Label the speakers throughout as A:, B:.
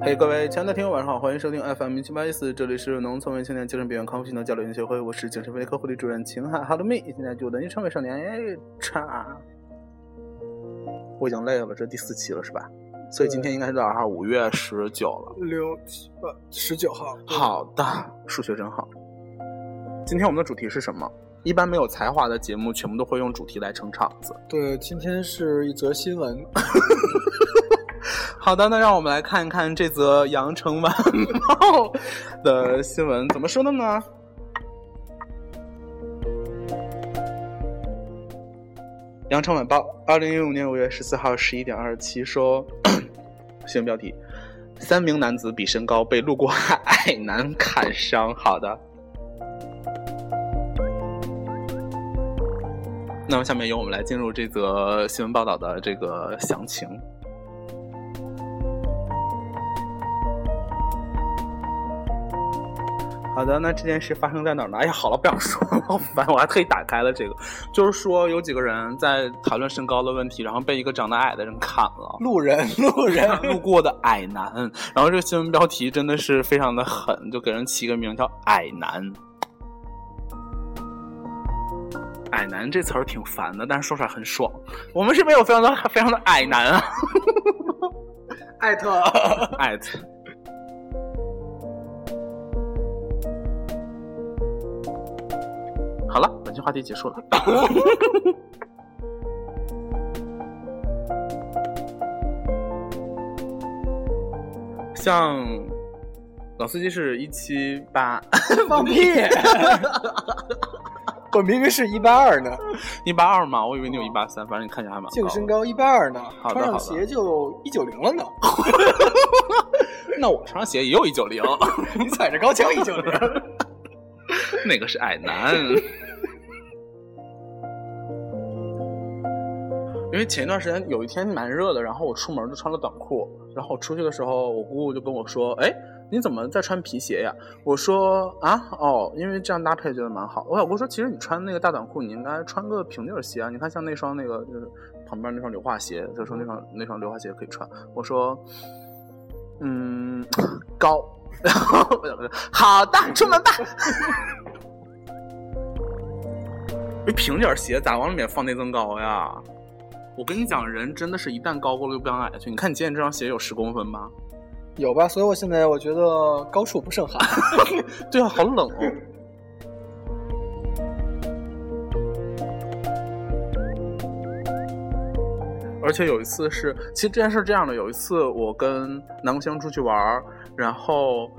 A: 嘿、各位亲爱的听友，晚上好，欢迎收听 FM 七八一四，这里是农村为青年精神病院康复心得交流研究会，我是精神分裂科护理主任秦汉哈喽咪，现在就文艺创美少年哎叉，我已经累了，这第四期了是吧？所以今天应该是多少号？五月十九了。
B: 六七八十九号。
A: 好的，数学真好。今天我们的主题是什么？一般没有才华的节目，全部都会用主题来撑场子。
B: 对，今天是一则新闻，
A: 好的，那让我们来看一看这则羊城晚报的新闻，怎么说的呢？羊城晚报，二零一五年五月十四号十一点二十七说， 新闻标题：三名男子比身高被路过矮男砍伤。好的，那么下面由我们来进入这则新闻报道的这个详情。好的，那这件事发生在哪儿呢？哎呀，好了，不想说了， 好烦，我还特意打开了这个，就是说有几个人在谈论身高的问题，然后被一个长得矮的人砍了。
B: 路人， 路人，
A: 路过的矮男， 然后这个新闻标题真的是非常的狠，就给人起个名叫“矮男”。矮男这词儿挺烦的，但是说出来很爽。我们是没有非常的非常的矮男啊。
B: 艾特。
A: 艾特。好了，本期话题结束了。 像老司机是一七八
B: 放屁！ 我明明是一八二呢，
A: 一八二嘛，我以为你有一八三，反正你看起来还蛮
B: 净身
A: 高
B: 高一八二呢，
A: 好的
B: 穿
A: 好
B: 上
A: 的
B: 鞋就一九零 了呢。
A: 的。那我穿上鞋也有一九零，
B: 你踩着高跷一九 零，
A: 那个是矮男。 因为前一段时间有一天蛮热的，然后我出门就穿了短裤，然后我出去的时候，我姑姑就跟我说：“哎，你怎么在穿皮鞋呀？”我说：“啊，哦，因为这样搭配觉得蛮好。”我小姑说：“其实你穿那个大短裤，你应该穿个平底儿鞋啊。你看像那双那个就是旁边那双硫化鞋，她说那双那双硫化鞋可以穿。”我说：“嗯， 高。”然后我小姑说：“好的，出门吧。”那平底儿鞋咋往里面放内增高呀？我跟你讲，人真的是一旦高过了就不想矮下去。你看你今天这双鞋有十公分吧？
B: 有吧？所以我现在我觉得高处不 胜寒。
A: 对啊，好冷哦。而且有一次是，其实这件事是这样的，有一次我跟南宫星出去玩儿，然后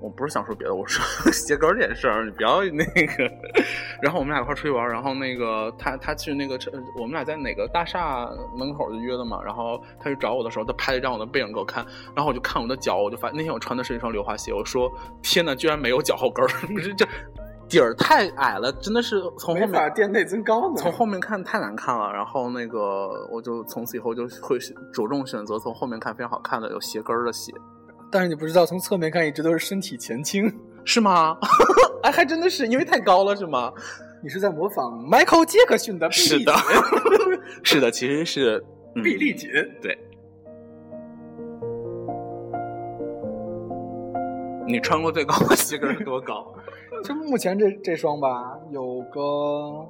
A: 我不是想说别的，我说 鞋跟儿这件事儿，你不要那个。 然后我们俩一块儿出去玩儿，然后那个他他去那个车我们俩在哪个大厦门口就约的嘛，然后他去找我的时候，他拍了一张我的背影给我看，然后我就看我的脚，我就发那天我穿的是一双溜滑鞋，我说天呐，居然没有脚后跟儿， 不是这底儿太矮了，真的是从后
B: 没法
A: 面
B: 垫内增高呢。
A: 从后面看太难看了，然后那个我就从此以后就会着重选择从后面看非常好看的有鞋跟儿的鞋，
B: 但是你不知道，从侧面看一直都是身体前倾。
A: 是 吗？哎，还真的是因为太高了是吗？
B: 你是在模仿 Michael 杰克逊的臂力
A: 是的，是的，其实是、嗯、
B: 臂 力 紧。
A: 对。你穿过最高的鞋跟儿是多高？
B: 就目前这这双吧，有个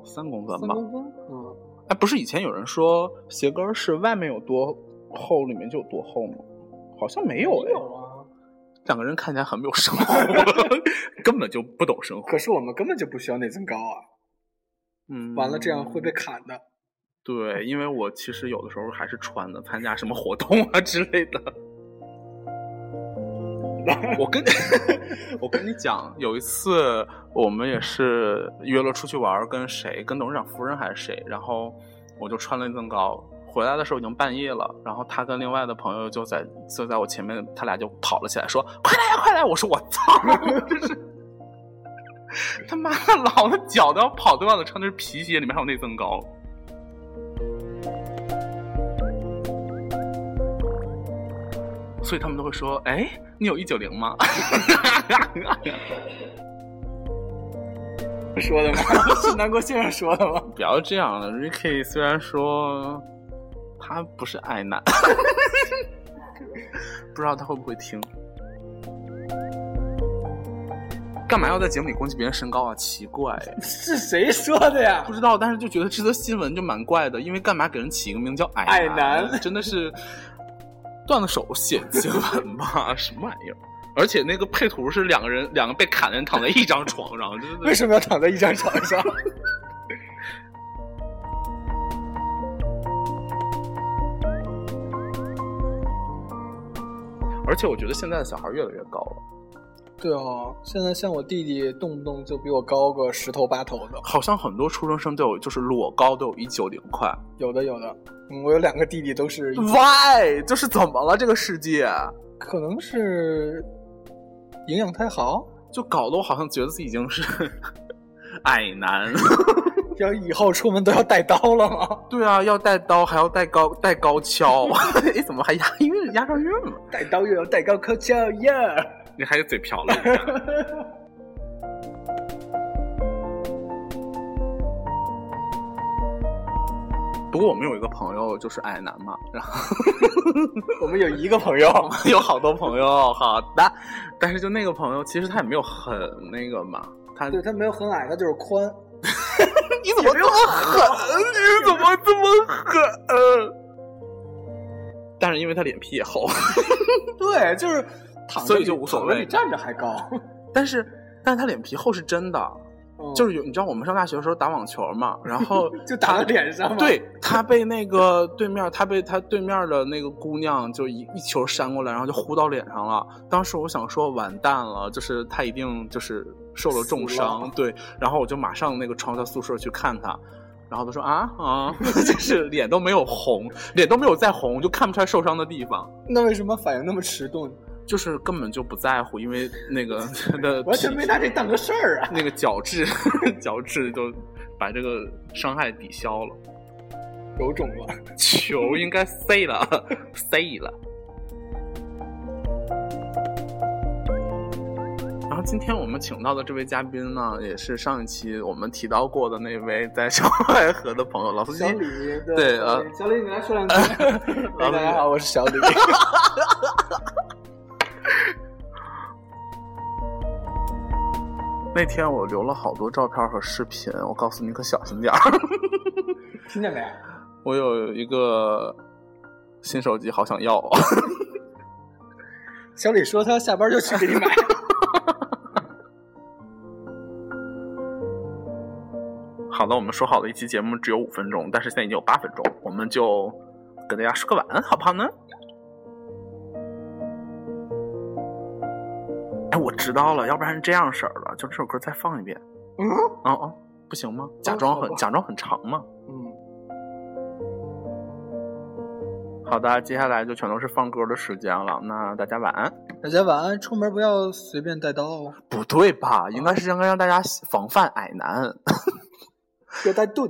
A: 三公
B: 三
A: 分吧。
B: 公分，嗯，
A: 哎，不是以前有人说鞋跟儿是外面有多厚，里面就有多厚吗？好像没有哎。
B: 有啊。
A: 两个人看起来很没有生活， 根本就不懂生活
B: 可。是我们根本就不需要内增高啊，
A: 嗯，
B: 完了这样会被。砍的。
A: 对，因为我其实有的时候还是穿的，参加什么活动啊 之类的。我跟 我跟你讲，有一次我们也是约了出去玩儿，跟谁，跟董事长夫人还是谁，然后我就穿了一增高，回来的时候已经半夜了，然后他跟另外的朋友就在就在我前面，他俩就跑了起来，说：“快来呀、快来！”我说：“我操， 这是他妈的老了脚都要跑断了，穿的是皮鞋，里面还有内增高。”所以他们都会说：“哎，你有一九零吗？”
B: 说的吗？ 是南国先生说的吗？
A: 不要这样了，Ricky 虽然说他不是矮男，不知道他会不会听。干嘛要在节目里攻击别人身高啊？奇怪，
B: 是谁说的呀
A: 不？知道，但是就觉得这则新闻就蛮怪的，因为干嘛给人起一个名叫矮
B: 矮
A: 男
B: 男
A: 真的是断了手写新闻吧？什么玩意儿？而且那个配图是两个人，两个被砍的人躺在一张床上，真的
B: 为什么要躺在一张床上？
A: 而且我觉得现在的小孩越来越高了，
B: 对哦，现在像我弟弟，动不动就比我高个十头八头的，
A: 好像很多初中生都有，就是裸高都有一九零快。
B: 有的有的。嗯，我有两个弟弟，都是
A: Why？就是怎么了？这个世界啊
B: 可能是营养太好，
A: 就搞得我好像觉得自己已经是 矮男。
B: 要以后出门都要带刀了吗？
A: 对啊，要带刀，还要带高带高跷， 哎，怎么还押韵押上韵了？
B: 带刀又要带高跷跷耶！
A: 你还是嘴瓢了一下。 不过我们有一个朋友就是矮男嘛，然后
B: 我们有一个朋友，
A: 有好多朋友，好的，但是就那个朋友其实他也没有很那个嘛，他
B: 对他没有很矮，他就是宽。
A: 你怎么这么狠？你怎么这么狠？嗯但是因为他脸皮也厚，
B: 对，就是躺着
A: 所以
B: 比
A: 就无所谓
B: 躺着比站着还高。
A: 但是但是他脸皮厚是真的，
B: 嗯
A: 就是有你知道我们上大学的时候打网球嘛，然后
B: 就打到脸上嘛。
A: 对他被那个对面他被他对面的那个姑娘就一一球扇过来，然后就呼到脸上了。当时我想说完蛋了，就是他一定就是受了重
B: 死
A: 伤，
B: 了
A: 对。然后我就马上那个冲到宿舍去看他。然后他说啊啊， 就是脸都没有红，脸都没有再红，就看不出来受伤的地方，
B: 那为什么反应那么迟钝？
A: 就是根本就不在乎，因为那个 他的
B: 完全没拿这当个事儿啊！
A: 那个角质 角质就把这个伤害抵消了。
B: 有种了，
A: 球应该塞了， 塞了。然后今天我们请到的这位嘉宾呢，也是上一期我们提到过的那位在上海河的朋友老司机
B: 小。李，
A: 对呃
B: 小李，你来说两 句。哎
A: 老李
B: 大家好，我是 小李。
A: 那天我留了好多照片和视频，我告诉你可小心点 儿。
B: 听见没？啊
A: 我有一个新手机，好想要。哦
B: 小李说他下班就去给你 买。
A: 好的，我们说好的一期节目只有五分钟，但是现在已经有八分钟，我们就给大家说个晚安，好不好呢？哎，我知道了，要不然是这样式儿的，就这首歌再放一遍。
B: 嗯
A: 哦哦，不行吗？假装很、
B: 好吧
A: 假装很长嘛。
B: 嗯，
A: 好的，接下来就全都是放歌的时间了，那大家晚安。
B: 大家晚安，出门不要随便带刀 哦，
A: 不对吧？应该是应该让大家防范矮男。
B: 别带盾。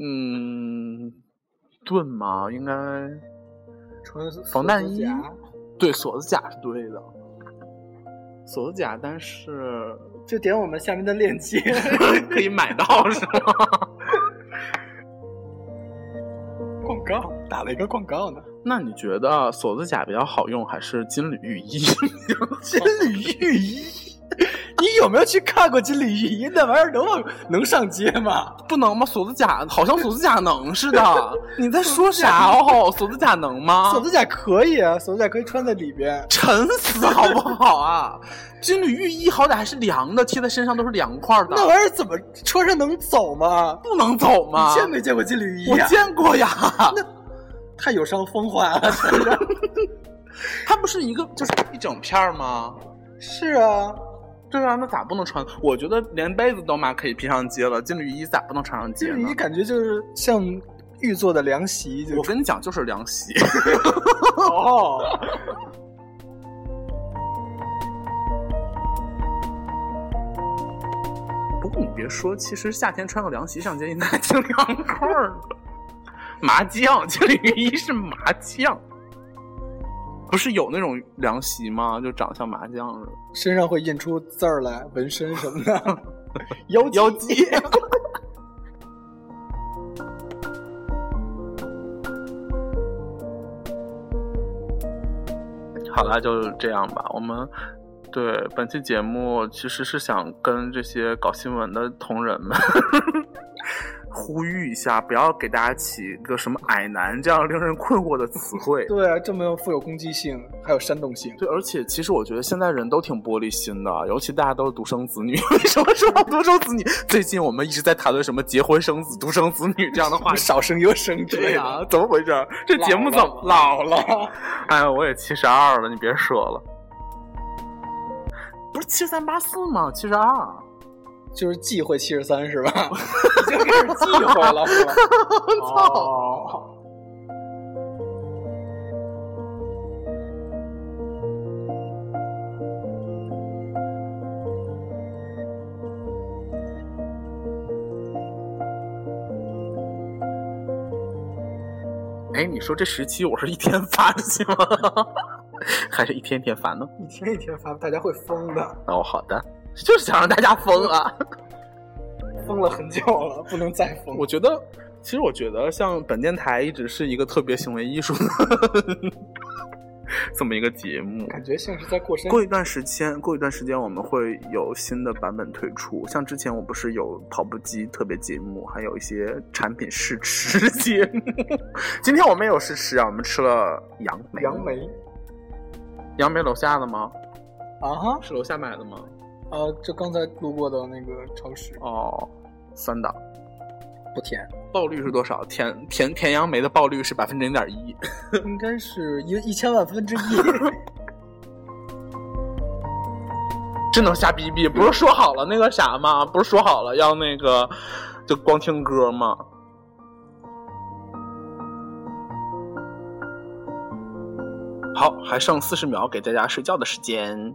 A: 嗯，盾嘛，应该
B: 穿
A: 防弹衣
B: 锁骨甲
A: 对锁子甲是对的，锁子甲，但 是
B: 就点我们下面的链接。
A: 可以买到是吗？
B: 广告打了一个广告呢。
A: 那你觉得锁子甲比较好用，还是金缕玉 衣？金缕玉衣
B: 你有没有去看过金缕玉衣？那玩意儿能往能上街吗？
A: 不能吗？锁子甲好像锁子甲能似的，你在说啥哦？锁子甲能吗？
B: 锁子甲可以啊，锁子甲可以穿在里边。
A: 沉死好不好啊？金缕玉衣好歹还是凉的，贴在身上都是凉快的，
B: 那玩意儿怎么穿上能走吗？
A: 不能走吗？
B: 你见没见过金缕玉
A: 我
B: 衣啊？
A: 见过呀，
B: 太有伤风化 了。
A: 它不是一个就是一整片儿吗？
B: 是啊，
A: 对啊，那咋不能穿？我觉得连被子都嘛可以披上街了，金缕衣咋不能穿上街
B: 金缕
A: 呢
B: 衣？感觉就是像玉做的凉席，就
A: 我
B: 是
A: 跟你讲，就是凉席。
B: 哦，
A: 不过你别说，其实夏天穿个凉席上街应该还挺凉快儿的。麻将，这里一是麻将，不是有那种凉席吗？就长得像麻将似的。
B: 身上会印出字儿来，纹身什么 的。腰
A: 腰肌。好啦，就这样吧。我们对本期节目其实是想跟这些搞新闻的同仁们 呼吁一下，不要给大家起一个什么“矮男”这样令人困惑的词汇。
B: 对啊，这么富有攻击性，还有煽动性。
A: 对，而且其实我觉得现在人都挺玻璃心的，尤其大家都是独生子女。 为什么说到独生子女？最近我们一直在谈论什么结婚生子、独生子女这样的话题。
B: 少生优生之
A: 对
B: 类
A: 呀、
B: 的。
A: 怎么回事儿？这节目怎么
B: 啊老了
A: 了？哎呀，我也七十二了，你别说了。不是七三八四吗？七十二。
B: 就是忌讳七十三是 吧？已经开始忌讳了是吧？ 哦操！
A: 哎，你说这十期我是一天发的去吗？ 还是一天天发呢？
B: 一天一天发，大家会疯的，
A: 哦，好的，就是想让大家疯啊。
B: 疯了很久了，不能再疯。
A: 我觉得，其实我觉得，像本电台一直是一个特别行为艺术的 这么一个节目。
B: 感觉像是在过生
A: 过一段时间，过一段时间我们会有新的版本推出。像之前我不是有跑步机特别节目，还有一些产品试吃节目。今天我们也有试吃啊，我们吃了杨梅。
B: 杨，梅
A: 杨梅楼下的吗？
B: 啊哈
A: 是楼下买的吗？
B: 啊，就刚才路过的那个超市
A: 哦，三档。
B: 不 甜，
A: 爆率是多少？甜甜甜杨梅的爆率是百分之零点一。
B: 应该是一一千万分之一。
A: 真能瞎逼逼，不是说好了那个啥吗？不是说好了要那个就光听歌吗？好，还剩四十秒给大家睡觉的时间。